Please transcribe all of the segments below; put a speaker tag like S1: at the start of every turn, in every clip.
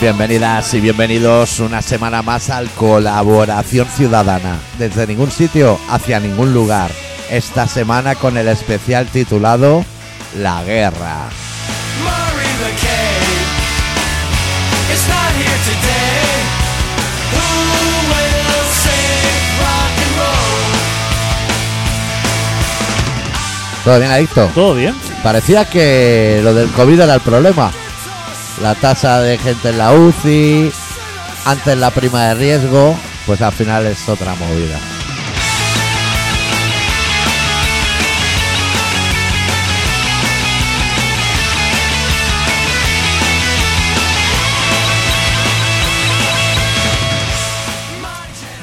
S1: Bienvenidas y bienvenidos una semana más al Colaboración Ciudadana. Desde ningún sitio hacia ningún lugar. Esta semana con el especial titulado La Guerra.
S2: Murray the Cave It's not here today. Who will save rock and roll?
S1: ¿Todo bien, Adicto?
S2: Pues
S3: Todo bien.
S1: Parecía que lo del COVID era el problema. La tasa de gente en la UCI, antes la prima de riesgo, pues al final es otra movida.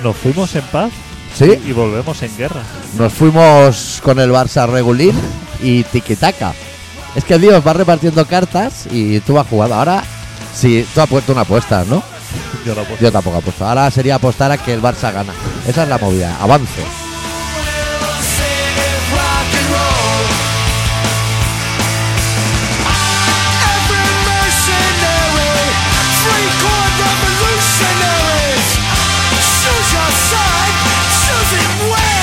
S3: Nos fuimos en paz
S1: Sí,
S3: y volvemos en guerra.
S1: nos fuimos con el Barça Regulín y tiquitaca. Es que Dios va repartiendo cartas y tú vas jugando. Ahora, si tú has puesto una apuesta, ¿no?
S3: Yo la puedo.
S1: Yo tampoco apuesto. Ahora sería apostar a que el Barça gana. Esa es la movida. Avance.
S2: Will save rock and roll. Ah, Every mercenary, free corps revolutionaries. Choose your side, choose it well.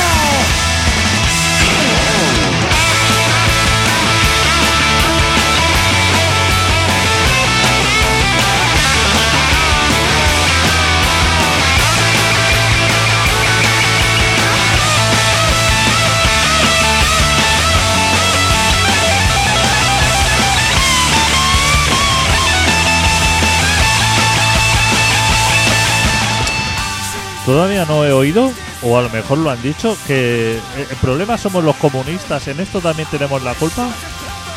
S3: Todavía no he oído, o a lo mejor lo han dicho, que eh, el problema somos los comunistas. En esto también tenemos la culpa.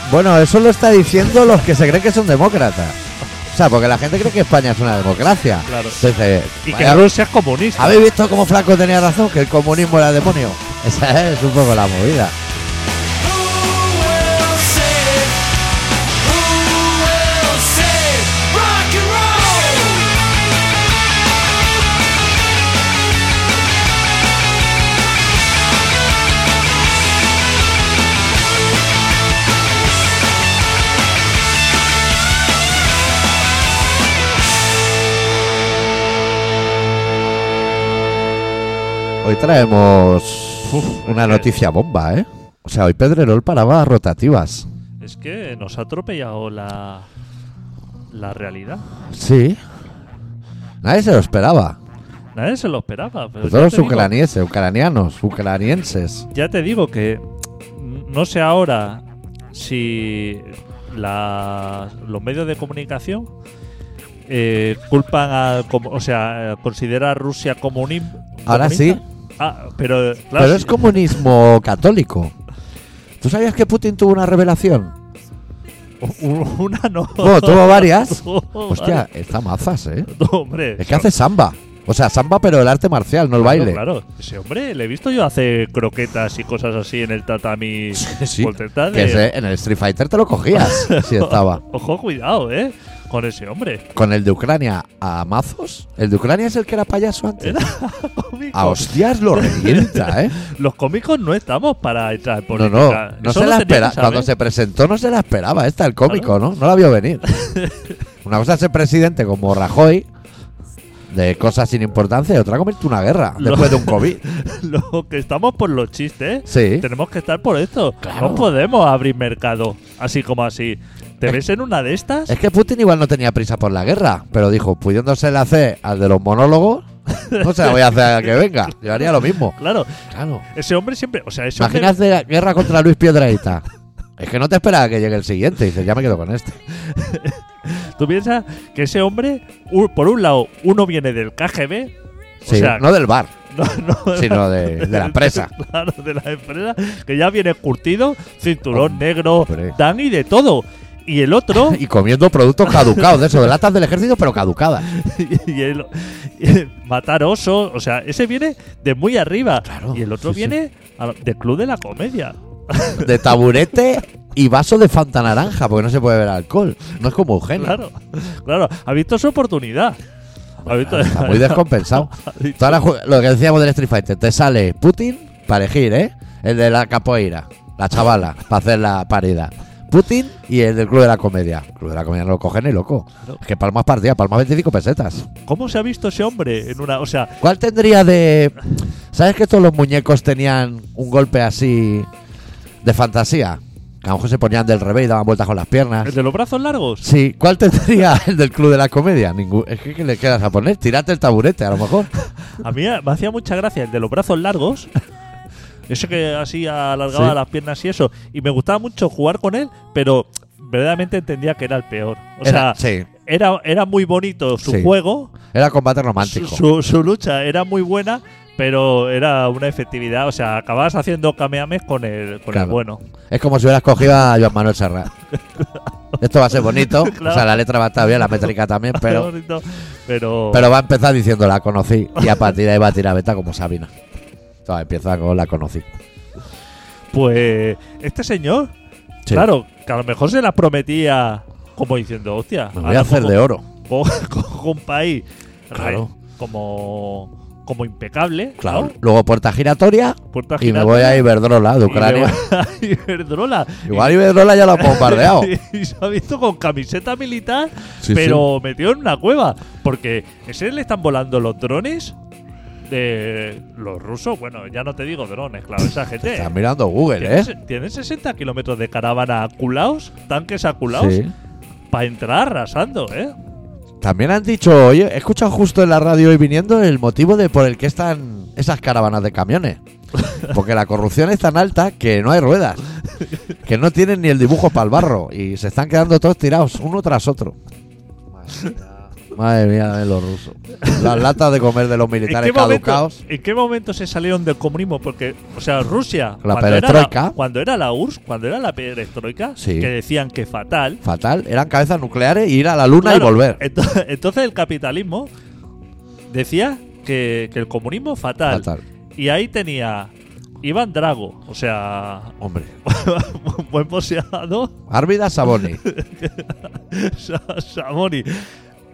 S1: Bueno, eso lo está diciendo los que se creen que son demócratas. O sea, porque la gente cree que España es una democracia.
S3: Claro.
S1: Entonces,
S3: Y que
S1: vaya-
S3: Rusia es comunista.
S1: ¿habéis visto cómo Franco tenía razón? Que el comunismo era demonio. Esa es un poco la movida.
S2: Who will save? Who will save rock and roll?
S1: Hoy traemos
S3: Uf,
S1: una
S3: es que-
S1: noticia bomba, ¿eh? O sea, hoy Pedrerol paraba rotativas.
S3: Es que nos ha atropellado la, la realidad.
S1: Sí. Nadie se lo esperaba.
S3: Nadie se lo esperaba. Pero ya
S1: Todos los
S3: te digo-
S1: ucranieses, ucranianos, ucranienses.
S3: ya te digo que no sé ahora si la- los medios de comunicación eh, culpan a, como- o sea, eh, considera a Rusia comunismo.
S1: Ahora sí.
S3: Ah, pero claro,
S1: Pero es
S3: sí.
S1: comunismo católico. ¿Tú sabías que Putin tuvo una revelación?
S3: U- una no.
S1: Bueno, tuvo varias.
S3: Tuvo
S1: Hostia,
S3: varias.
S1: está mazas, ¿eh?
S3: No, hombre.
S1: Es que hace samba. O sea, samba, pero el arte marcial, no el baile.
S3: Claro, ese hombre le he visto yo hacer croquetas y cosas así en el tatami.
S1: Sí,
S3: por tentar
S1: que
S3: de-
S1: ese- en el Street Fighter te lo cogías. si estaba.
S3: Ojo, cuidado, eh, con ese hombre.
S1: Con el de Ucrania a mazos. El de Ucrania es el que era payaso antes.
S3: Cómico.
S1: A hostias lo revienta, ¿eh?
S3: Los cómicos no estamos para entrar por
S1: No, no, no se la esperaba. Cuando se presentó no se la esperaba esta, el cómico, ¿no? No la vio venir. Una cosa es ser presidente como Rajoy, de cosas sin importancia, y otra comerte una guerra
S3: Lo-
S1: después de un COVID.
S3: Los que estamos por los chistes,
S1: Sí.
S3: tenemos que estar por esto.
S1: Claro.
S3: No podemos abrir mercado así como así. ¿Te ves en una de estas?
S1: Es que Putin igual no tenía prisa por la guerra, pero dijo, pudiéndose la hacer al de los monólogos, no se la voy a hacer al que venga. Yo haría lo mismo.
S3: Claro,
S1: Claro.
S3: ese hombre siempre. O sea, ese hombre-
S1: Imagínate la guerra contra Luis Piedrahita. Es que no te esperaba que llegue el siguiente. Dices, ya me quedo con este.
S3: Tú piensas que ese hombre, u- por un lado, uno viene del KGB.
S1: Sí,
S3: o sea,
S1: no del bar,
S3: no, no-
S1: sino de, de la empresa.
S3: Claro, de la empresa, que ya viene curtido, cinturón
S1: Hombre.
S3: negro, dan y de todo. Y el otro,
S1: Y comiendo productos caducados, de eso, de latas del ejército, pero caducadas.
S3: y el- y matar osos, o sea, ese viene de muy arriba
S1: Claro,
S3: y el otro
S1: sí, sí.
S3: viene a- del club de la comedia.
S1: De taburete y vaso de Fanta Naranja, porque no se puede beber alcohol. No es como Eugenio.
S3: Claro, claro, ha visto su oportunidad. Ha visto-
S1: Está muy descompensado.
S3: Ha dicho-
S1: Tú ahora ju- lo que decíamos del Street Fighter, te sale Putin para elegir, ¿eh? El de la capoeira, la chavala, para hacer la parida. Putin y el del Club de la Comedia. El Club de la Comedia no lo coge ni loco.
S3: Claro.
S1: Es que palmas partida, palmas 25 pesetas.
S3: ¿Cómo se ha visto ese hombre en una.? O sea,
S1: ¿Cuál tendría de. ¿Sabes que todos los muñecos tenían un golpe así de fantasía? Que a lo mejor se ponían del revés y daban vueltas con las piernas.
S3: ¿el de los brazos largos?
S1: Ah, Sí, ¿cuál tendría el del Club de la Comedia? Ningún. Es que ¿qué le quedas a poner? Tirate el taburete, a lo mejor.
S3: A mí me hacía mucha gracia el de los brazos largos. Ese que así alargaba
S1: Sí.
S3: las piernas y eso. Y me gustaba mucho jugar con él, pero verdaderamente entendía que era el peor. O
S1: Era-
S3: sea,
S1: sí,
S3: era, era muy bonito su
S1: Sí.
S3: juego,
S1: era combate
S3: su,
S1: romántico.
S3: su- su lucha era muy buena, pero era una efectividad. O sea, acababas haciendo cameames con el, con
S1: Claro.
S3: el bueno.
S1: Es como si hubieras cogido a Joan Manuel Serrat. Esto va a ser bonito. O sea,
S3: Claro.
S1: la letra va a estar bien, la métrica también, pero,
S3: Bonito, pero,
S1: pero va a empezar diciendo la conocí. Y a partir de ahí va a tirar beta como Sabina. Entonces empieza con la conocí.
S3: pues este señor,
S1: Sí.
S3: claro, que a lo mejor se la prometía como diciendo, hostia,
S1: Me voy
S3: ahora
S1: a hacer
S3: cojo-
S1: de oro.
S3: co- cojo un país
S1: Claro.
S3: re- como, como impecable,
S1: Claro.
S3: claro,
S1: Luego puerta giratoria
S3: puerta
S1: y me
S3: giratoria,
S1: voy a Iberdrola de
S3: y me
S1: Ucrania.
S3: voy a Iberdrola.
S1: Igual Iberdrola ya lo ha bombardeado.
S3: y se ha visto con camiseta militar,
S1: Sí,
S3: pero metido en una cueva. Porque ese le están volando los drones de los rusos. Bueno, ya no te digo drones, claro, esa gente.
S1: Estás mirando Google,
S3: Tienen
S1: ¿eh?
S3: se- tienen 60 kilómetros de caravana aculados, tanques aculados,
S1: Sí.
S3: para entrar arrasando, ¿eh?
S1: También han dicho, oye, he escuchado justo en la radio hoy viniendo el motivo de por el que están esas caravanas de camiones. Porque la corrupción es tan alta que no hay ruedas, que no tienen ni el dibujo para el barro y se están quedando todos tirados uno tras otro. Madre mía, de los rusos. Las latas de comer de los militares
S3: momento,
S1: caducados.
S3: en qué momento se salieron del comunismo? Porque, o sea, Rusia,
S1: La
S3: cuando, era
S1: perestroika.
S3: la, cuando era la URSS, cuando era la perestroika,
S1: Sí.
S3: que decían que fatal,
S1: Fatal, eran cabezas nucleares, ir a la luna
S3: Claro,
S1: y volver.
S3: ento- Entonces el capitalismo decía que, que el comunismo fatal.
S1: Fatal.
S3: Y ahí tenía Iván Drago, o sea,
S1: Hombre,
S3: un buen poseado,
S1: Árvida Saboni.
S3: Sa- Samoni.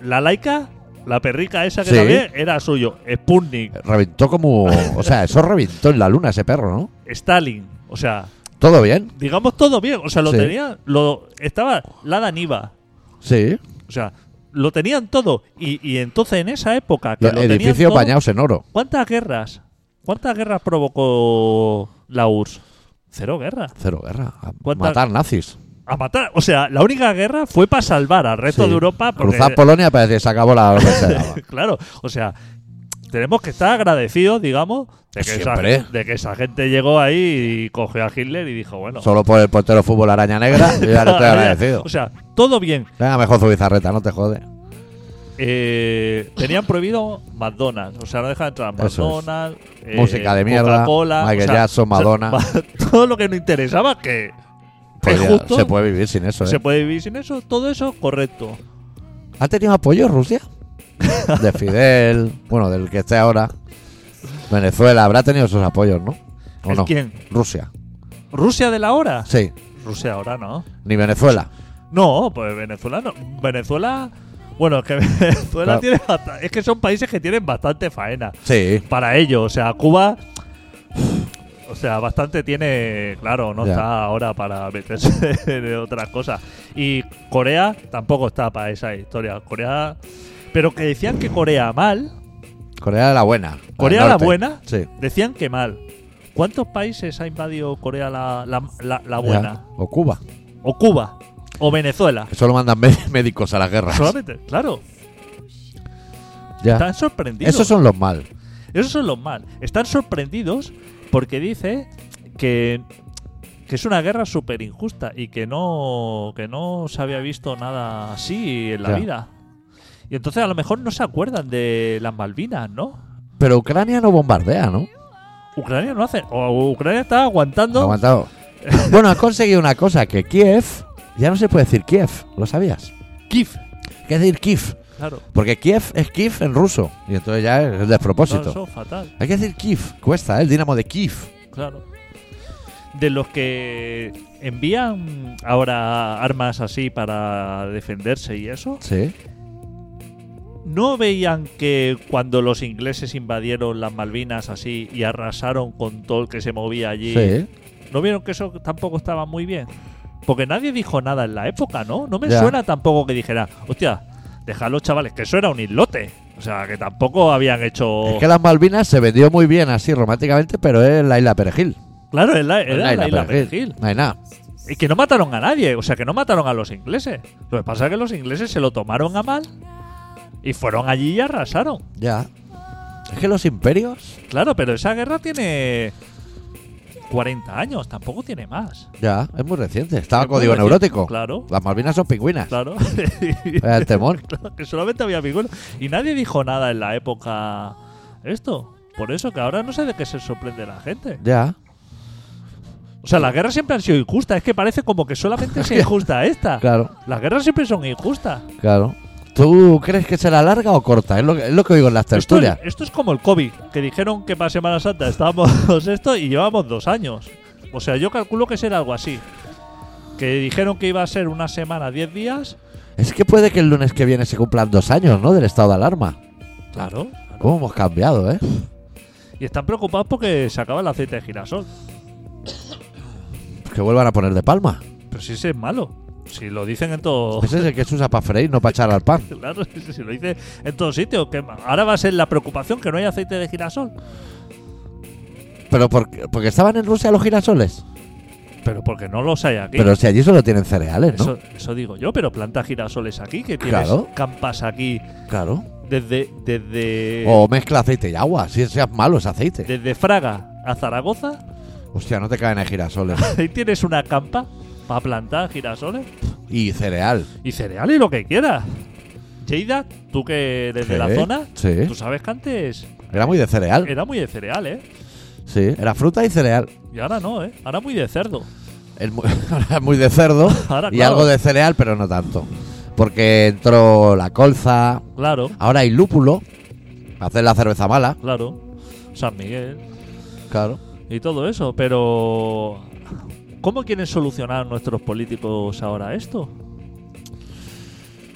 S3: La laica, la perrica esa que
S1: Sí. Eh.
S3: también era suyo, Sputnik,
S1: Reventó como. O sea, eso reventó en la luna ese perro, ¿no?
S3: Stalin, o sea,
S1: ¿Todo bien?
S3: digamos todo bien, o sea, lo
S1: Sí.
S3: tenía, lo estaba la Daniva,
S1: Sí.
S3: o sea, lo tenían todo y, y entonces en esa época que
S1: Los
S3: lo tenían
S1: edificios
S3: todo,
S1: bañados en oro.
S3: ¿Cuántas guerras? ¿Cuántas guerras provocó la URSS? Cero guerra.
S1: Cero guerra. A
S3: ¿Cuántas-
S1: Matar nazis.
S3: A matar. O sea, la única guerra fue para salvar al resto
S1: Sí.
S3: de Europa. Porque,
S1: Cruzar Polonia para decir se acabó la guerra.
S3: Claro. O sea, tenemos que estar agradecidos, digamos, de que, esa,
S1: Siempre.
S3: de que esa gente llegó ahí y cogió a Hitler y dijo, bueno.
S1: Solo por el portero de fútbol araña negra. Yo ya le estoy agradecido.
S3: O sea, todo bien.
S1: Venga, mejor su bizarreta, no te jode.
S3: Pues Eh, tenían prohibido McDonald's. O sea, no dejan entrar
S1: Eso es.
S3: McDonald's. eh,
S1: Música de mierda,
S3: Coca-Cola,
S1: Michael
S3: o sea,
S1: Jackson, Madonna.
S3: todo lo que nos interesaba que es
S1: Podría-
S3: justo.
S1: Pues se puede vivir sin eso. ¿eh?
S3: ¿Se puede vivir sin eso? Todo eso, correcto.
S1: ¿Ha tenido apoyo Rusia? De Fidel, bueno, del que esté ahora. Venezuela habrá tenido sus apoyos, ¿no? ¿O
S3: ¿El
S1: no?
S3: quién?
S1: Rusia.
S3: ¿Rusia de la hora?
S1: Sí.
S3: Rusia ahora no.
S1: Ni Venezuela.
S3: No, pues Venezuela no. Venezuela. Bueno, es que Venezuela
S1: Claro.
S3: tiene. basta- Es que son países que tienen bastante faena.
S1: Sí.
S3: Para ello, o sea, Cuba. O sea, bastante tiene. Claro, no
S1: Ya.
S3: está ahora para meterse en otras cosas. Y Corea tampoco está para esa historia. Corea. Pero que decían que Corea mal.
S1: Corea de la buena.
S3: ¿Corea
S1: Al
S3: la
S1: norte.
S3: buena?
S1: Sí.
S3: Decían que mal. ¿Cuántos países ha invadido Corea la, la- la- la
S1: Ya.
S3: buena?
S1: O Cuba.
S3: ¿O Cuba? ¿O Venezuela?
S1: Que solo mandan mé- médicos a las guerras.
S3: Solamente, claro.
S1: Ya.
S3: Están sorprendidos.
S1: Esos son los mal.
S3: Esos son los mal. Están sorprendidos porque dice que, que es una guerra súper injusta y que no, que no se había visto nada así en la
S1: Ya.
S3: vida. Y entonces a lo mejor no se acuerdan de las Malvinas, ¿no?
S1: Pero Ucrania no bombardea, ¿no?
S3: Ucrania no hace. O Ucrania está aguantando.
S1: Aguantado. bueno, han conseguido una cosa, que Kiev, ya no se puede decir Kiev, ¿lo sabías?
S3: Kiev.
S1: ¿Qué es decir Kiev?
S3: Claro.
S1: Porque Kiev es Kiev en ruso, y entonces ya es el
S3: Claro,
S1: despropósito.
S3: eso fatal.
S1: Hay que decir Kiev, cuesta, ¿eh? el dínamo de Kiev.
S3: Claro. De los que envían ahora armas así para defenderse y eso,
S1: Sí.
S3: ¿no veían que cuando los ingleses invadieron las Malvinas así y arrasaron con todo el que se movía allí,
S1: Sí.
S3: ¿no vieron que eso tampoco estaba muy bien? Porque nadie dijo nada en la época, ¿no? No me
S1: Ya.
S3: suena tampoco que dijera, hostia, dejadlo, chavales, que eso era un islote. O sea, que tampoco habían hecho.
S1: Es que las Malvinas se vendió muy bien así románticamente, pero es la isla Perejil.
S3: Claro, era, era
S1: Es
S3: la isla Perejil.
S1: No hay nada.
S3: Y que no mataron a nadie, o sea, que no mataron a los ingleses. Lo que pasa es que los ingleses se lo tomaron a mal y fueron allí y arrasaron.
S1: Ya. Es que los imperios.
S3: Claro, pero esa guerra tiene 40 años, tampoco tiene más.
S1: Ya, es muy reciente. Estaba
S3: Es muy
S1: código
S3: reciente,
S1: neurótico.
S3: claro.
S1: Las Malvinas son pingüinas.
S3: Claro.
S1: Era el temor.
S3: Claro, que solamente había pingüinos. Y nadie dijo nada en la época esto. Por eso que ahora no sé de qué se sorprende la gente.
S1: Ya.
S3: O sea, las guerras siempre han sido injustas. Es que parece como que solamente es injusta esta.
S1: Claro,
S3: Las guerras siempre son injustas.
S1: claro. ¿Tú crees que será larga o corta? Es lo que, es lo que oigo en las
S3: Esto,
S1: tertulias.
S3: esto es como el COVID, que dijeron que para Semana Santa estábamos esto y llevamos dos años. O sea, yo calculo que será algo así. Que dijeron que iba a ser una semana, diez días.
S1: Es que puede que el lunes que viene se cumplan dos años, ¿no? Del estado de alarma.
S3: Claro.
S1: ¿Cómo hemos cambiado, eh?
S3: Y están preocupados porque se acaba el aceite de girasol.
S1: Que vuelvan a poner de palma.
S3: Pero si ese es malo. Si lo dicen en todo.
S1: Ese es el que se usa para freír, no para echar al pan.
S3: Claro, si lo dice en todos sitios. Que ahora va a ser la preocupación que no hay aceite de girasol.
S1: Pero por qué- porque estaban en Rusia los girasoles.
S3: Pero porque no los hay aquí.
S1: Pero si allí solo tienen cereales, ¿no?
S3: eso, eso digo yo, pero planta girasoles aquí, que tienes
S1: Claro.
S3: campas aquí
S1: Claro.
S3: desde. desde
S1: O mezcla aceite y agua, si seas malo es aceite.
S3: Desde Fraga a Zaragoza,
S1: Hostia, no te caen a girasoles.
S3: ahí tienes una campa para plantar girasoles
S1: y cereal.
S3: y cereales y lo que quieras. Lleida, tú que desde
S1: Sí,
S3: la zona,
S1: sí.
S3: tú sabes que antes
S1: Era muy de cereal.
S3: era muy de cereal, ¿eh?
S1: Sí, era fruta y cereal.
S3: Y ahora no, ¿eh? Ahora muy de cerdo.
S1: Es mu- ahora es muy de cerdo
S3: Ahora,
S1: y
S3: claro.
S1: algo de cereal, pero no tanto. Porque entró la colza,
S3: Claro,
S1: ahora hay lúpulo, para hacer la cerveza mala.
S3: claro. San Miguel
S1: Claro.
S3: y todo eso, pero. ¿Cómo quieren solucionar nuestros políticos ahora esto?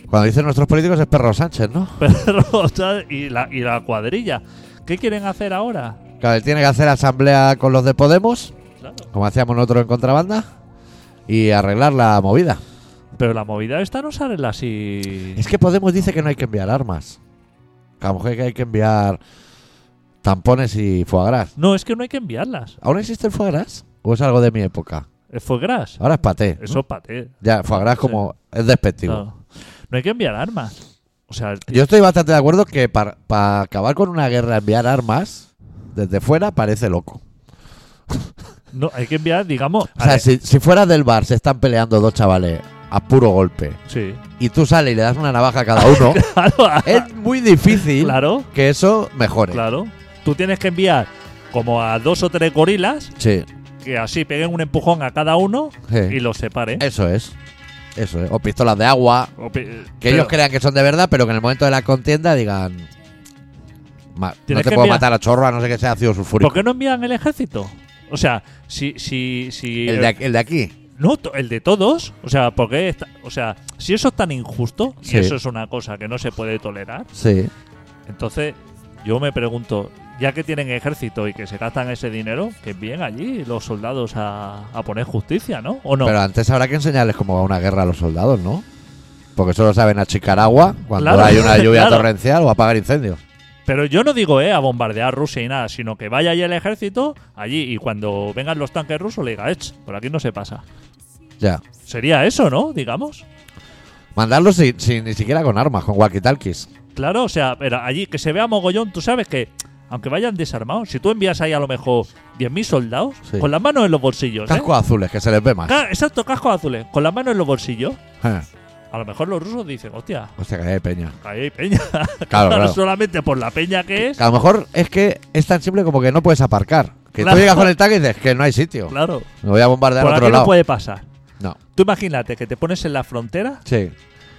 S1: Cuando dicen nuestros políticos es perro Sánchez, ¿no?
S3: Pero, o sea, y, la, y la cuadrilla. ¿Qué quieren hacer ahora?
S1: Claro, él tiene que hacer asamblea con los de Podemos,
S3: Claro.
S1: como hacíamos nosotros en contrabanda, y arreglar la movida.
S3: Pero la movida esta no sale así.
S1: Es que Podemos dice que no hay que enviar armas. Que a lo mejor que hay que enviar tampones y foie gras.
S3: No, es que no hay que enviarlas.
S1: ¿Aún existe el foie gras? ¿O es algo de mi época?
S3: Eh, Fue gras.
S1: Ahora es paté. ¿no?
S3: Eso es paté.
S1: Ya, foie gras como... Es despectivo.
S3: Claro. No hay que enviar armas. O sea, el tío-
S1: Yo estoy bastante de acuerdo que para acabar con una guerra enviar armas desde fuera parece loco.
S3: no, hay que enviar, digamos.
S1: O sea,
S3: a-
S1: si, si fuera del bar se están peleando dos chavales a puro golpe
S3: sí.
S1: y tú sales y le das una navaja a cada uno,
S3: Claro, a-
S1: es muy difícil
S3: claro,
S1: que eso mejore.
S3: claro. Tú tienes que enviar como a dos o tres gorilas
S1: Sí,
S3: que así peguen un empujón a cada uno
S1: Sí. Eh,
S3: y los separen.
S1: eso es. Eso es. O pistolas de agua,
S3: O pe-
S1: que
S3: pero
S1: ellos crean que son de verdad, pero que en el momento de la contienda digan... "Ma- No
S3: Tienes
S1: te
S3: que
S1: puedo
S3: enviar-
S1: matar a chorro a no ser que sea ácido
S3: ¿Por
S1: sulfúrico.
S3: qué no envían el ejército? O sea, si. si, si
S1: El de, aquí- el de aquí.
S3: No, to- el de todos. O sea, porque o sea, si eso es tan injusto, y
S1: Sí.
S3: eso es una cosa que no se puede tolerar,
S1: Sí.
S3: entonces yo me pregunto, ya que tienen ejército y que se gastan ese dinero, que bien allí los soldados a, a poner justicia, ¿no? ¿O no?
S1: Pero antes habrá que enseñarles cómo va una guerra a los soldados, ¿no? Porque solo saben achicar agua cuando
S3: Claro,
S1: hay una lluvia
S3: claro.
S1: torrencial o apagar incendios.
S3: Pero yo no digo, eh, a bombardear Rusia y nada, sino que vaya allí el ejército, allí, y cuando vengan los tanques rusos le diga, "Ech, por aquí no se pasa.
S1: Ya.
S3: Sería eso, ¿no? Digamos.
S1: Mandarlos sin, sin- ni siquiera con armas, con walkie-talkies.
S3: Claro, o sea, pero allí que se vea mogollón, tú sabes que, aunque vayan desarmados, si tú envías ahí a lo mejor 10.000 soldados,
S1: Sí.
S3: con las manos en los bolsillos, ¿eh?
S1: Cascos azules, que se les ve más.
S3: Ca- exacto, cascos azules, con las manos en los bolsillos,
S1: Eh,
S3: a lo mejor los rusos dicen, hostia,
S1: Hostia, que hay peña.
S3: ahí hay peña.
S1: Claro, claro.
S3: solamente por la peña que es.
S1: Que a lo mejor es que es tan simple como que no puedes aparcar. Que
S3: Claro.
S1: tú llegas con el tanque y dices que no hay sitio.
S3: Claro,
S1: Me voy a bombardear
S3: por
S1: a
S3: aquí
S1: otro lado.
S3: no puede pasar.
S1: No.
S3: Tú imagínate que te pones en la frontera,
S1: Sí.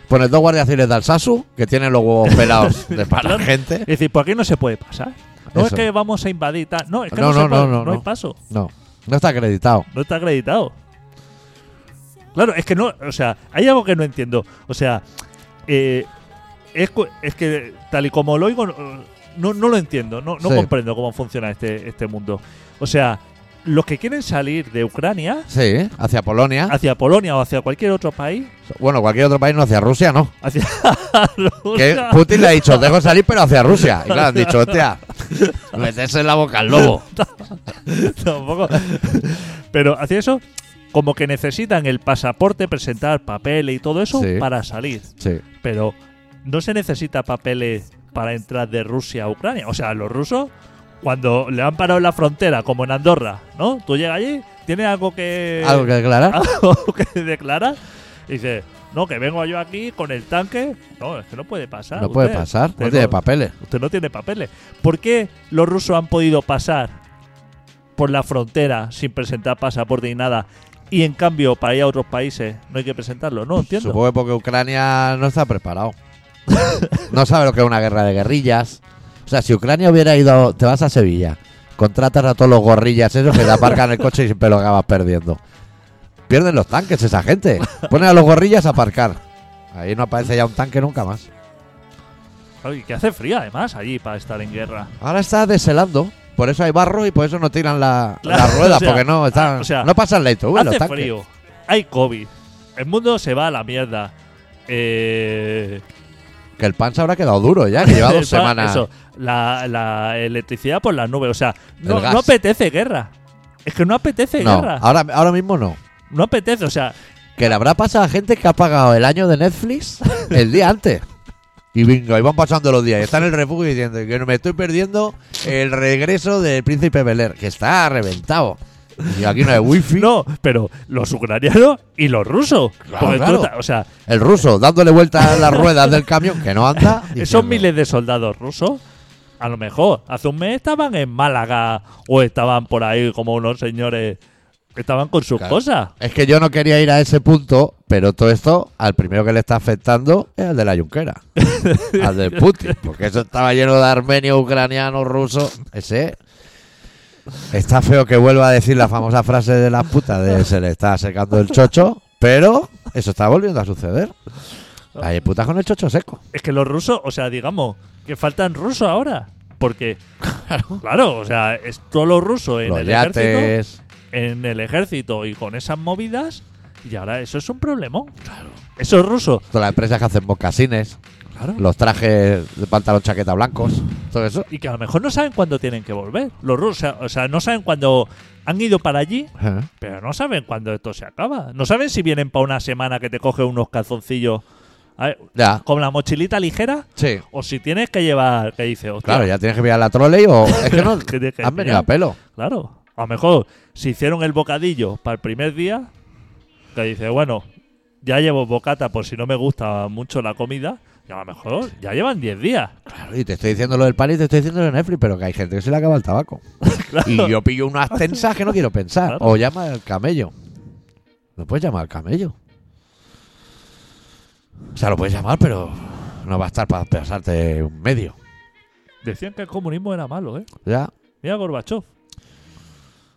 S1: Pones dos guardias civiles de Alsasu que tienen los huevos pelados de para
S3: Claro.
S1: gente.
S3: es decir, por aquí no se puede pasar. No es
S1: Eso.
S3: que vamos a invadir, tal. no, es que
S1: No,
S3: no, se
S1: no,
S3: puede,
S1: no, no,
S3: no hay
S1: no.
S3: paso.
S1: No, no está acreditado.
S3: No está acreditado. Claro, es que no, o sea, hay algo que no entiendo. O sea, eh, es, cu- es que tal y como lo oigo, no, no lo entiendo, no, no
S1: Sí.
S3: comprendo cómo funciona este, este mundo. O sea, los que quieren salir de Ucrania
S1: Sí, hacia Polonia.
S3: hacia Polonia o hacia cualquier otro país,
S1: Bueno, cualquier otro país, no hacia Rusia, ¿no?
S3: hacia
S1: Que
S3: Rusia,
S1: Putin le ha dicho, "Os dejo salir, pero hacia Rusia. Y claro, han dicho, hostia, meterse en la boca al lobo.
S3: tampoco. Pero hacia eso, como que necesitan el pasaporte, presentar papeles y todo eso
S1: Sí.
S3: para salir.
S1: Sí.
S3: Pero no se necesita papeles para entrar de Rusia a Ucrania. O sea, los rusos, cuando le han parado en la frontera, como en Andorra, ¿no? Tú llegas allí, tienes algo que,
S1: ¿Algo que
S3: Ah,
S1: declarar?
S3: algo que declarar y dices, no, que vengo yo aquí con el tanque. No, es que no puede pasar.
S1: No puede
S3: usted.
S1: pasar,
S3: Usted
S1: no tiene papeles.
S3: Usted no tiene papeles. ¿Por qué los rusos han podido pasar por la frontera sin presentar pasaporte ni nada? Y en cambio, para ir a otros países no hay que presentarlo. No entiendo.
S1: Supongo que porque Ucrania no está preparado. no sabe lo que es una guerra de guerrillas. O sea, si Ucrania hubiera ido, te vas a Sevilla, contratas a todos los gorrillas esos que te aparcan el coche y siempre lo acabas perdiendo. Pierden los tanques esa gente. Ponen a los gorrillas a aparcar. Ahí no aparece ya un tanque nunca más.
S3: Ay, que hace frío además allí para estar en guerra.
S1: Ahora está deshelando. Por eso hay barro y por eso no tiran la-
S3: Claro,
S1: las ruedas,
S3: o sea,
S1: porque no están,
S3: o sea,
S1: no pasan la ITV los
S3: hace
S1: tanques.
S3: frío. Hay COVID. El mundo se va a la mierda. Eh,
S1: Que el pan se habrá quedado duro ya, que lleva
S3: el
S1: dos
S3: pan-
S1: semanas.
S3: eso, la, la electricidad por las nubes. O sea, no,
S1: El gas.
S3: no apetece guerra. Es que no apetece
S1: no, Ah.
S3: guerra.
S1: ahora, ahora mismo no.
S3: No apetece. O sea,
S1: Que le habrá pasado a gente que ha pagado el año de Netflix el día antes. Y venga, y van pasando los días. Y está en el refugio diciendo que no me estoy perdiendo el regreso del príncipe Beler, que está reventado. Y aquí no hay wifi.
S3: no, pero los ucranianos y los rusos.
S1: Claro,
S3: Porque tú
S1: claro.
S3: estás- o sea,
S1: El ruso dándole vueltas a las ruedas del camión que no anda. diciendo,
S3: esos miles de soldados rusos. A lo mejor hace un mes estaban en Málaga o estaban por ahí como unos señores que estaban con sus
S1: Claro.
S3: cosas.
S1: Es que yo no quería ir a ese punto, pero todo esto al primero que le está afectando es al de la Junquera, al de Putin, porque eso estaba lleno de armenios, ucranianos, rusos. Ese está feo que vuelva a decir la famosa frase de la puta de se le está secando el chocho, pero eso está volviendo a suceder. Hay putas con el chocho seco.
S3: Es que los rusos, o sea, digamos que faltan rusos ahora. Porque, claro, o sea, es todo lo ruso en
S1: Los
S3: el ejército.
S1: yates.
S3: En el ejército y con esas movidas. Y ahora eso es un problema. Claro. Eso es ruso.
S1: Todas las empresas que hacen mocasines,
S3: Claro.
S1: los trajes de pantalón chaqueta blancos, todo eso.
S3: Y que a lo mejor no saben cuándo tienen que volver. Los rusos, o sea, no saben cuándo han ido para allí,
S1: Ajá.
S3: pero no saben cuándo esto se acaba. No saben si vienen para una semana que te coge unos calzoncillos a ver,
S1: Ya,
S3: con la mochilita ligera
S1: sí.
S3: o si tienes que llevar, que dice, hostia,
S1: Claro, ya tienes que pillar la trolley o. Es que no.
S3: Que tienes que
S1: han venido
S3: pillar.
S1: a pelo.
S3: Claro. A lo mejor si hicieron el bocadillo para el primer día, que dice, bueno, ya llevo bocata por si no me gusta mucho la comida, y a lo mejor ya llevan 10 días.
S1: Claro, y te estoy diciendo lo del pan y te estoy diciendo lo de Netflix, pero que hay gente que se le acaba el tabaco. Y yo pillo unas tensas que no quiero pensar.
S3: Claro.
S1: O llama al camello. No puedes llamar al camello. O sea, lo puedes llamar, pero no va a estar para pasarte un medio.
S3: Decían que el comunismo era malo, ¿eh?
S1: Ya,
S3: Mira Gorbachev.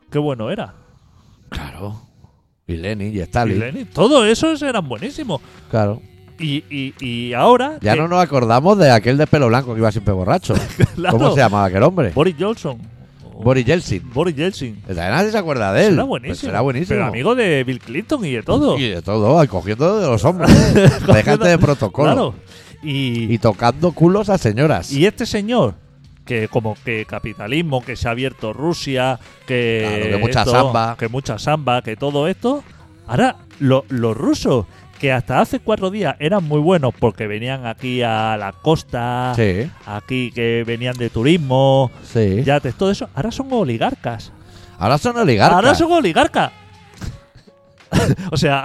S3: Qué bueno era.
S1: claro. Y Lenin y
S3: Y
S1: Stalin.
S3: Lenin. Todo esos eran buenísimos.
S1: Claro.
S3: Y, y, y ahora...
S1: Ya
S3: que-
S1: no nos acordamos de aquel de pelo blanco que iba siempre borracho.
S3: claro,
S1: ¿Cómo se llamaba aquel hombre?
S3: Boris Johnson. O-
S1: Boris Yeltsin.
S3: Boris Yeltsin.
S1: Nadie Pues se acuerda de él.
S3: Era
S1: Pues
S3: buenísimo.
S1: era buenísimo.
S3: Pero amigo de Bill Clinton y de todo.
S1: Y de todo, al cogiendo de los hombros. Dejante de protocolo.
S3: claro. Y,
S1: Y tocando culos a señoras.
S3: Y este señor, que como que capitalismo, que se ha abierto Rusia, que,
S1: Claro, que mucha samba.
S3: que mucha samba, que todo esto, ahora lo- los rusos, que hasta hace cuatro días eran muy buenos porque venían aquí a la costa,
S1: Sí,
S3: aquí que venían de turismo,
S1: sí.
S3: yates, todo eso, ahora son oligarcas.
S1: Ahora son oligarcas.
S3: Ahora son oligarcas. o sea,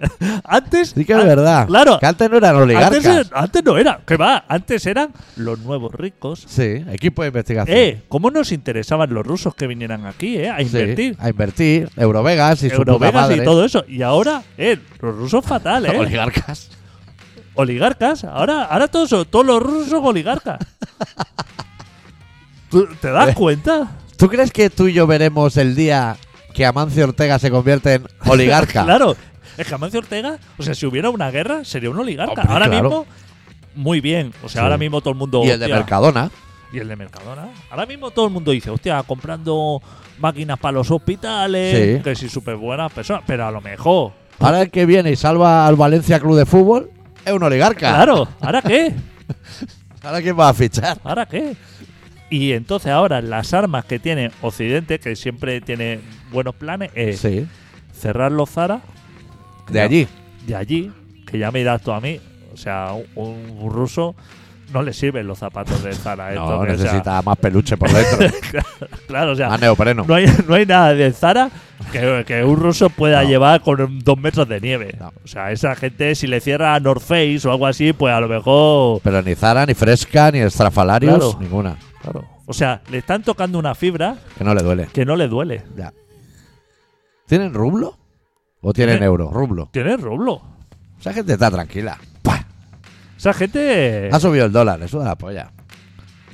S3: antes...
S1: Sí que es
S3: an-
S1: verdad.
S3: Claro.
S1: Que antes no eran oligarcas.
S3: Antes, eran- antes no era, que va, antes eran los nuevos ricos,
S1: Sí, equipo de investigación.
S3: Eh, ¿cómo nos interesaban los rusos que vinieran aquí, eh? A
S1: Sí,
S3: invertir.
S1: a invertir. Eurovegas y su puta
S3: Eurovegas
S1: madre.
S3: y todo eso. Y ahora, eh, los rusos fatal, eh.
S1: Oligarcas.
S3: Oligarcas. Ahora, ahora todos, son- todos los rusos son oligarcas. ¿Tú ¿Te das
S1: Eh.
S3: cuenta?
S1: ¿Tú crees que tú y yo veremos el día que Amancio Ortega se convierte en oligarca?
S3: Claro. Es que Amancio Ortega, o sea, si hubiera una guerra, sería un oligarca.
S1: Hombre,
S3: ahora
S1: claro.
S3: mismo, muy bien. O sea,
S1: Sí.
S3: ahora mismo todo el mundo.
S1: Y el de
S3: hostia,
S1: Mercadona.
S3: y Y el de Mercadona. Ahora mismo todo el mundo dice, hostia, comprando máquinas para los hospitales,
S1: Sí.
S3: que si súper buenas personas, pero a lo mejor.
S1: Ahora el que viene y salva al Valencia Club de Fútbol es un oligarca.
S3: Claro, ¿ahora qué?
S1: Ahora quién va a fichar.
S3: ¿Ahora qué? Y entonces ahora las armas que tiene Occidente, que siempre tiene buenos planes, es
S1: Sí.
S3: cerrar los Zara
S1: De allí.
S3: de allí, que ya me dirás tú a mí, o sea, un, un ruso no le sirven los zapatos de Zara.
S1: No,
S3: entonces, o sea,
S1: necesita más peluche por dentro.
S3: claro, o sea,
S1: más neopreno.
S3: No hay, no hay nada de Zara que, que un ruso pueda
S1: No.
S3: llevar con dos metros de nieve.
S1: No.
S3: O sea, esa gente, si le cierra North Face o algo así, pues a lo mejor.
S1: Pero ni Zara, ni Fresca, ni Estrafalarios,
S3: Claro.
S1: ninguna.
S3: O sea, le están tocando una fibra
S1: Que no le duele.
S3: que no le duele.
S1: Ya. ¿Tienen rublo? ¿O tienen
S3: Tiene-
S1: euro? Rublo.
S3: Tiene rublo.
S1: Esa gente está tranquila. ¡Pah!
S3: Esa gente.
S1: Ha subido el dólar, le suda la polla.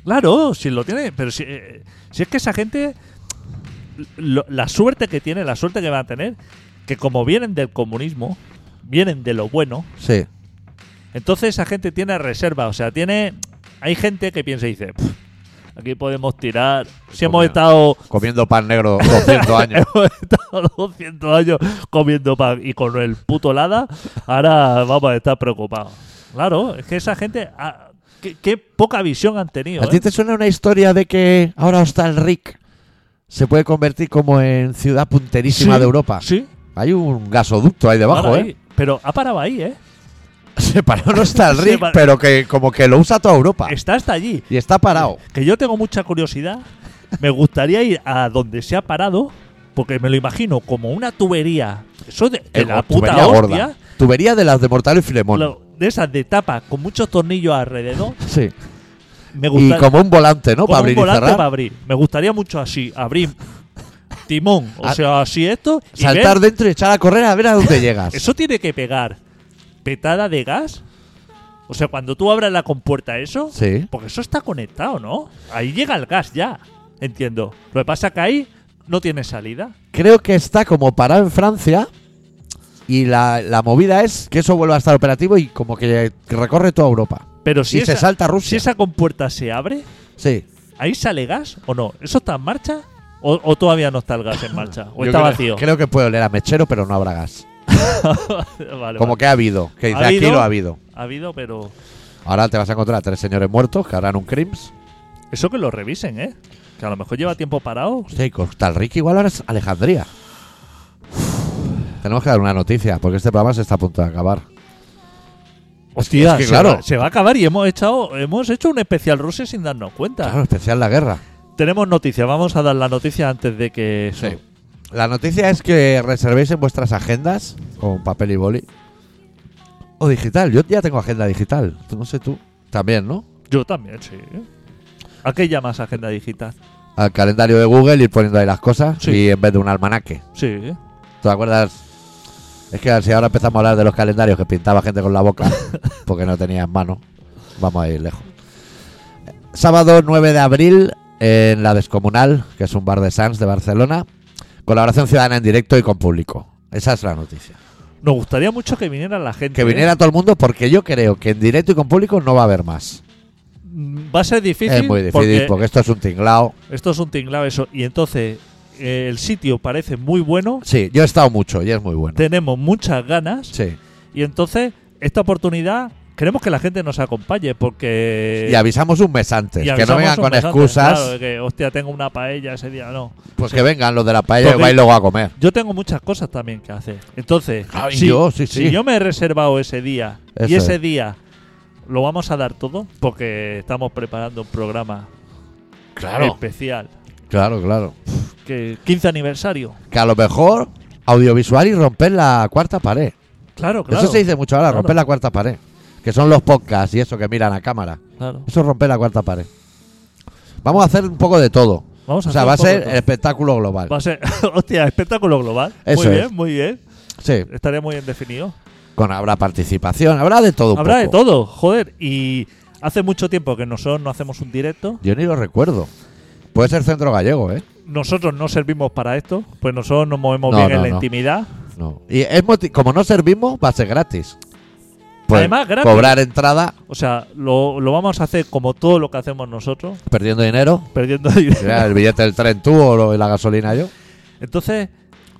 S3: Claro, si lo tiene. Pero si, eh, si es que esa gente. lo- la suerte que tiene, la suerte que va a tener, que como vienen del comunismo, vienen de lo bueno,
S1: Sí.
S3: Entonces esa gente tiene reserva, o sea, tiene hay gente que piensa y dice, "Pff, aquí podemos tirar, si hemos
S1: Coño.
S3: estado
S1: Comiendo pan negro 200 años.
S3: hemos estado 200 años comiendo pan y con el puto lada, ahora vamos a estar preocupados. Claro, es que esa gente ah, qué, qué poca visión han tenido.
S1: ¿A ti
S3: ¿eh?
S1: te suena una historia de que ahora está el Rick? Se puede convertir como en ciudad punterísima
S3: Sí,
S1: de Europa.
S3: ¿eh? Sí.
S1: Hay un gasoducto ahí debajo,
S3: para
S1: ¿eh?
S3: ahí. Pero ha parado ahí, ¿eh?
S1: Se paró no está el
S3: Se
S1: Rick,
S3: paró.
S1: pero que como que lo usa toda Europa.
S3: Está hasta allí.
S1: Y está parado.
S3: Que yo tengo mucha curiosidad. Me gustaría ir a donde se ha parado, porque me lo imagino como una tubería. Eso de, de
S1: Eh,
S3: la puta
S1: tubería
S3: hostia.
S1: gorda. Tubería de las de Mortal y Filemón.
S3: Lo- de esas de tapa con muchos tornillos alrededor.
S1: Sí.
S3: Me
S1: Y
S3: gusta,
S1: como un volante, ¿no?
S3: como
S1: Para abrir
S3: un volante
S1: y cerrar.
S3: para abrir. Me gustaría mucho así, abrir timón, o
S1: Ah.
S3: sea, así esto. y
S1: Saltar
S3: ver-
S1: dentro y echar a correr a ver a dónde llegas.
S3: Eso tiene que pegar petada de gas. O sea, cuando tú abras la compuerta, eso.
S1: Sí.
S3: Porque eso está conectado, ¿no? Ahí llega el gas ya. Entiendo. Lo que pasa que ahí no tiene salida.
S1: Creo que está como parado en Francia. Y la, la movida es que eso vuelva a estar operativo y como que recorre toda Europa.
S3: Pero si
S1: y
S3: esa,
S1: se salta a
S3: si
S1: Rusia.
S3: esa compuerta se abre,
S1: Sí.
S3: ¿Ahí sale gas o no? ¿Eso está en marcha? ¿O, o todavía no está el gas en marcha? ¿O
S1: Yo
S3: está
S1: creo-
S3: vacío?
S1: Creo que puede oler a mechero, pero no habrá gas.
S3: Vale,
S1: Como
S3: vale.
S1: que ha habido. Que dice,
S3: ¿Ha
S1: aquí
S3: habido?
S1: lo ha habido.
S3: Ha habido, pero.
S1: Ahora te vas a encontrar a tres señores muertos que harán un crims.
S3: Eso que lo revisen, ¿eh? Que a lo mejor lleva tiempo parado.
S1: Hostia, y Costa Rica igual ahora es Alejandría. Tenemos que dar una noticia, porque este programa se está a punto de acabar.
S3: Hostia,
S1: es que
S3: se
S1: claro.
S3: va- se va a acabar y hemos, echado, hemos hecho un especial ruso sin darnos cuenta.
S1: Claro, especial la guerra.
S3: Tenemos noticia, vamos a dar la noticia antes de que.
S1: Sí. La noticia es que reservéis en vuestras agendas con papel y boli. O digital. Yo ya tengo agenda digital. Tú No sé tú. También, ¿no?
S3: Yo también, sí. ¿A qué llamas agenda digital?
S1: Al calendario de Google ir poniendo ahí las cosas
S3: Sí.
S1: y en vez de un almanaque.
S3: Sí.
S1: ¿Tú te acuerdas? Es que si ahora empezamos a hablar de los calendarios que pintaba gente con la boca porque no tenía en mano, vamos a ir lejos. Sábado 9 de abril en La Descomunal, que es un bar de Sans de Barcelona. Colaboración ciudadana en directo y con público. Esa es la noticia.
S3: Nos gustaría mucho que viniera la gente.
S1: Que
S3: ¿eh?
S1: viniera todo el mundo porque yo creo que en directo y con público no va a haber más.
S3: Mm, Va a ser difícil.
S1: Es muy difícil porque, esto es un tinglao.
S3: Esto es un tinglado eso. Y entonces eh, el sitio parece muy bueno,
S1: Sí, yo he estado mucho y es muy bueno.
S3: tenemos muchas ganas
S1: Sí.
S3: y entonces esta oportunidad queremos que la gente nos acompañe porque...
S1: Y avisamos un mes antes,
S3: y
S1: que no
S3: avisamos
S1: vengan
S3: un
S1: con
S3: mes antes,
S1: excusas,
S3: claro, de que hostia, tengo una paella ese día, no.
S1: pues
S3: Sí.
S1: que vengan los de la paella y
S3: Porque-
S1: vais luego a comer.
S3: Yo tengo muchas cosas también que hacer. Entonces,
S1: Ay, yo, sí, sí.
S3: si yo me he reservado ese día y
S1: Eso
S3: ese
S1: es.
S3: día lo vamos a dar todo porque estamos preparando un programa especial.
S1: Claro, claro.
S3: Que 15 aniversario.
S1: Que a lo mejor audiovisual y romper la cuarta pared.
S3: Claro, claro.
S1: Eso se dice mucho ahora,
S3: Claro.
S1: romper la cuarta pared. Que son los podcasts y eso que miran a cámara.
S3: Claro.
S1: Eso es romper la cuarta pared. Vamos a hacer un poco de todo.
S3: Vamos a
S1: O sea,
S3: hacer
S1: va a
S3: un poco
S1: ser
S3: de
S1: el
S3: todo.
S1: espectáculo global.
S3: Va a ser, hostia, espectáculo global.
S1: Eso
S3: muy
S1: es.
S3: bien, muy bien.
S1: Sí,
S3: Estaría muy bien definido.
S1: con habrá participación, habrá de todo. un
S3: Habrá de
S1: poco.
S3: todo, joder. Y hace mucho tiempo que nosotros no hacemos un directo.
S1: Yo ni lo recuerdo. Puede ser centro gallego, ¿eh?
S3: Nosotros no servimos para esto, pues nosotros nos movemos
S1: No,
S3: bien
S1: no,
S3: en la
S1: no.
S3: intimidad.
S1: No. Y es moti- como no servimos, va a ser gratis. pues,
S3: Además, gratis.
S1: cobrar entrada
S3: O sea, lo, lo vamos a hacer como todo lo que hacemos nosotros,
S1: perdiendo dinero.
S3: perdiendo dinero.
S1: Mira, el billete del tren tú o lo- y la gasolina yo.
S3: Entonces,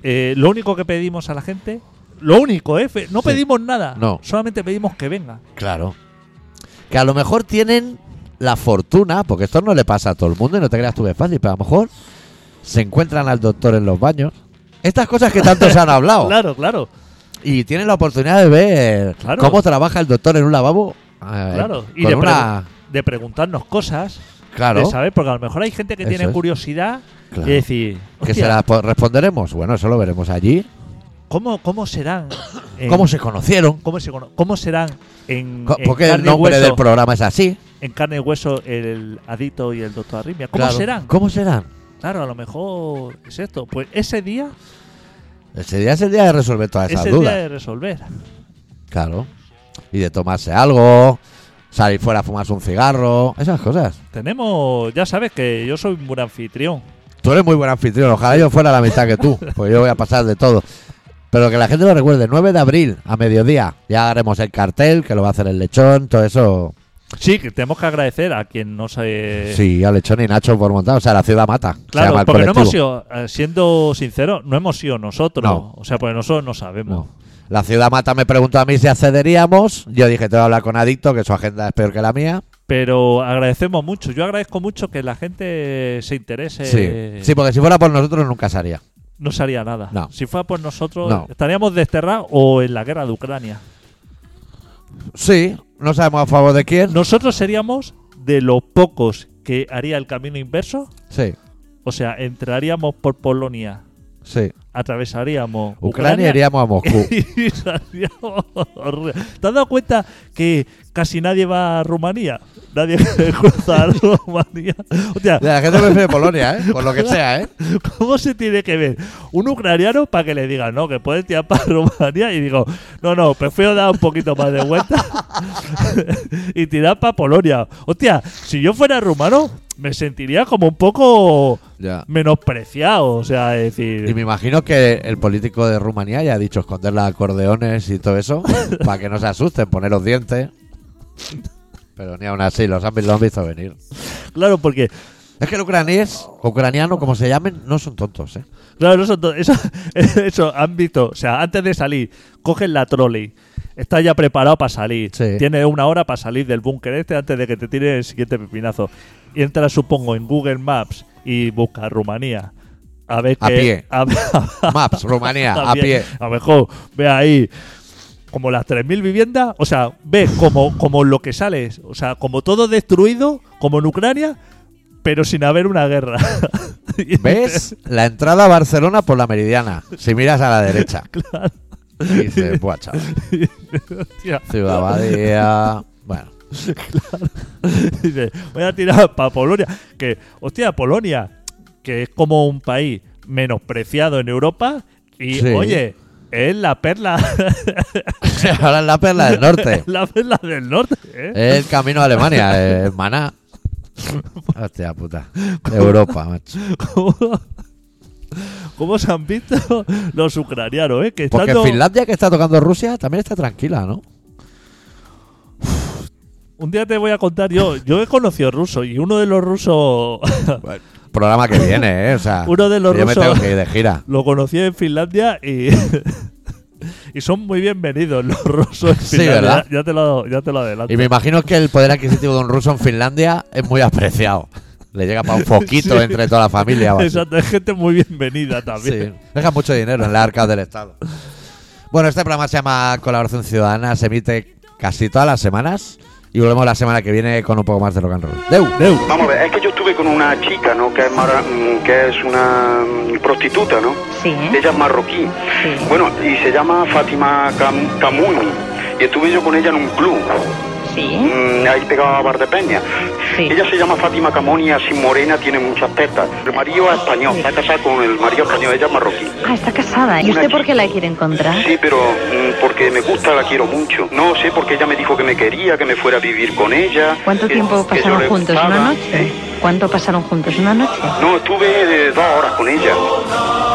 S3: eh, lo único que pedimos a la gente, lo único, ¿eh? Fe- No
S1: Sí.
S3: pedimos nada.
S1: No.
S3: Solamente pedimos que venga.
S1: Claro. Que a lo mejor tienen la fortuna, porque esto no le pasa a todo el mundo y no te creas tú que es fácil, pero a lo mejor se encuentran al doctor en los baños. Estas cosas que tanto se han hablado.
S3: Claro, claro,
S1: Y tienen la oportunidad de ver
S3: Claro.
S1: cómo trabaja el doctor en un lavabo. eh,
S3: claro. Y
S1: con
S3: de,
S1: una-
S3: pregu- de preguntarnos cosas,
S1: Claro.
S3: de saber, porque a lo mejor hay gente que
S1: Eso
S3: tiene
S1: es.
S3: curiosidad
S1: Claro.
S3: y decir,
S1: ¿Que se
S3: "Hostia,
S1: las po- responderemos? Bueno, eso lo veremos allí.
S3: ¿cómo, ¿cómo serán? en-
S1: ¿Cómo se conocieron?
S3: ¿Cómo, se cono- cómo serán en,
S1: Co-
S3: en
S1: ¿Por qué el
S3: carne, y
S1: nombre
S3: hueso,
S1: del programa es así?
S3: en carne y hueso el adicto y el doctor Arrimia? ¿Cómo
S1: Claro.
S3: serán?
S1: ¿Cómo serán?
S3: Claro, a lo mejor es esto. Pues ese día
S1: Ese día es el día de resolver todas
S3: es
S1: esas
S3: el día
S1: dudas.
S3: de resolver.
S1: Claro. Y de tomarse algo, salir fuera a fumarse un cigarro, esas cosas.
S3: Tenemos, ya sabes que yo soy un buen anfitrión.
S1: Tú eres muy buen anfitrión, ojalá yo fuera la mitad que tú, pues yo voy a pasar de todo. Pero que la gente lo recuerde, 9 de abril a mediodía, ya haremos el cartel, que lo va a hacer el lechón, todo eso.
S3: Sí, que tenemos que agradecer a quien nos. eh,
S1: Sí, al lechón y Nacho por montado, o sea, la ciudad mata. se
S3: Claro,
S1: llama el
S3: porque no hemos
S1: colectivo.
S3: sido, eh, siendo sinceros, no hemos sido nosotros.
S1: No.
S3: O sea, porque nosotros no sabemos.
S1: No. La ciudad mata me preguntó a mí si accederíamos, yo dije, te voy a hablar con Adicto, que su agenda es peor que la mía.
S3: Pero agradecemos mucho. Yo agradezco mucho que la gente se interese.
S1: Sí. sí, porque si fuera por nosotros nunca se haría.
S3: No se haría nada.
S1: No.
S3: Si fuera por nosotros,
S1: No.
S3: estaríamos desterrados o en la guerra de Ucrania.
S1: Sí, no sabemos a favor de quién.
S3: Nosotros seríamos de los pocos que haría el camino inverso.
S1: Sí,
S3: O sea, entraríamos por Polonia,
S1: sí.
S3: atravesaríamos
S1: Ucrania iríamos a Moscú.
S3: y salíamos a Rusia. ¿Te has dado cuenta que casi nadie va a Rumanía? Nadie cruza a Rumanía. O sea,
S1: La gente prefiere Polonia, ¿eh? Por lo que sea, ¿eh?
S3: ¿cómo se tiene que ver un ucraniano para que le digan, no, que puedes tirar para Rumanía? Y digo, no, no, prefiero dar un poquito más de vuelta y tirar para Polonia. Hostia, si yo fuera rumano, me sentiría como un poco
S1: Ya.
S3: menospreciado. O sea, es decir.
S1: Y me imagino que el político de Rumanía ya ha dicho esconder los acordeones y todo eso para que no se asusten, poner los dientes. Pero ni aún así, los han, lo han visto venir.
S3: Claro, porque
S1: Es que el ucranés, ucraniano, como se llamen, no son tontos, ¿eh?
S3: claro, no son to- eso, eso han visto. O sea, antes de salir, cogen la trolley. Estás ya preparado para salir.
S1: Sí.
S3: Tienes una hora para salir del búnker este antes de que te tire el siguiente pepinazo. Y entras, supongo, en Google Maps y buscas Rumanía. A ver
S1: A
S3: qué-
S1: pie.
S3: A,
S1: Maps, Rumanía, a
S3: también.
S1: pie.
S3: A lo mejor ve ahí como las 3.000 viviendas, o sea, ve como, como lo que sale, o sea, como todo destruido, como en Ucrania, pero sin haber una guerra. Y
S1: ¿Ves? La entrada a Barcelona por la meridiana. Si miras a la derecha. Claro. Y dices, buah, chaval,
S3: hostia,
S1: Ciudad Badía. Bueno,
S3: dice, voy a tirar para Polonia, que, hostia, Polonia, que es como un país menospreciado en Europa, y
S1: Sí.
S3: oye, es la perla,
S1: ahora es la perla del norte.
S3: la perla del norte, ¿eh?
S1: Es el camino a Alemania, es maná. Hostia puta. De Europa, macho.
S3: ¿Cómo, cómo se han visto los ucranianos, eh? Que
S1: Porque
S3: estando
S1: Finlandia, que está tocando Rusia, también está tranquila, ¿no?
S3: Un día te voy a contar yo. Yo he conocido rusos y uno de los rusos
S1: Programa que viene, ¿eh? O sea,
S3: Uno de los
S1: yo me
S3: rusos-
S1: tengo que ir de gira.
S3: lo conocí en Finlandia y y son muy bienvenidos los rusos en
S1: Sí,
S3: Finlandia.
S1: ¿verdad?
S3: Ya, ya te lo ya te lo adelanto.
S1: Y me imagino que el poder adquisitivo de un ruso en Finlandia es muy apreciado. Le llega para un foquito
S3: Sí.
S1: entre toda la familia. o así.
S3: Exacto, es gente muy bienvenida también.
S1: Sí, deja mucho dinero en las arcas del Estado. Bueno, este programa se llama Colaboración Ciudadana, se emite casi todas las semanas y volvemos la semana que viene con un poco más de rock and roll. ¡Deu!
S3: Deu,
S4: Vamos a ver, es que yo estuve con una chica, ¿no? Que es, mara- mm, que es una mm, prostituta, ¿no?
S5: Sí, ¿eh?
S4: Ella es marroquí.
S5: Sí.
S4: Bueno, y se llama Fátima Cam- Camuni. Y estuve yo con ella en un club,
S5: Sí,
S4: mm, ahí pegaba a Bar de Peña.
S5: ¿Eh? Sí.
S4: Ella se llama Fátima Camuni, así morena, tiene muchas tetas. El marido es español, está casada con el marido español, ella es marroquí.
S5: Ah, está casada. ¿Y usted por qué la quiere encontrar?
S4: Sí, pero mm, porque me gusta, la quiero mucho. No sé, porque ella me dijo que me quería, que me fuera a vivir con ella.
S5: ¿Cuánto
S4: que-
S5: tiempo
S4: que yo
S5: pasaron
S4: le
S5: juntos? ¿Una
S4: gustaba,
S5: noche?
S4: ¿eh?
S5: ¿Cuánto pasaron juntos? ¿Una noche?
S4: No, estuve eh, dos horas con ella.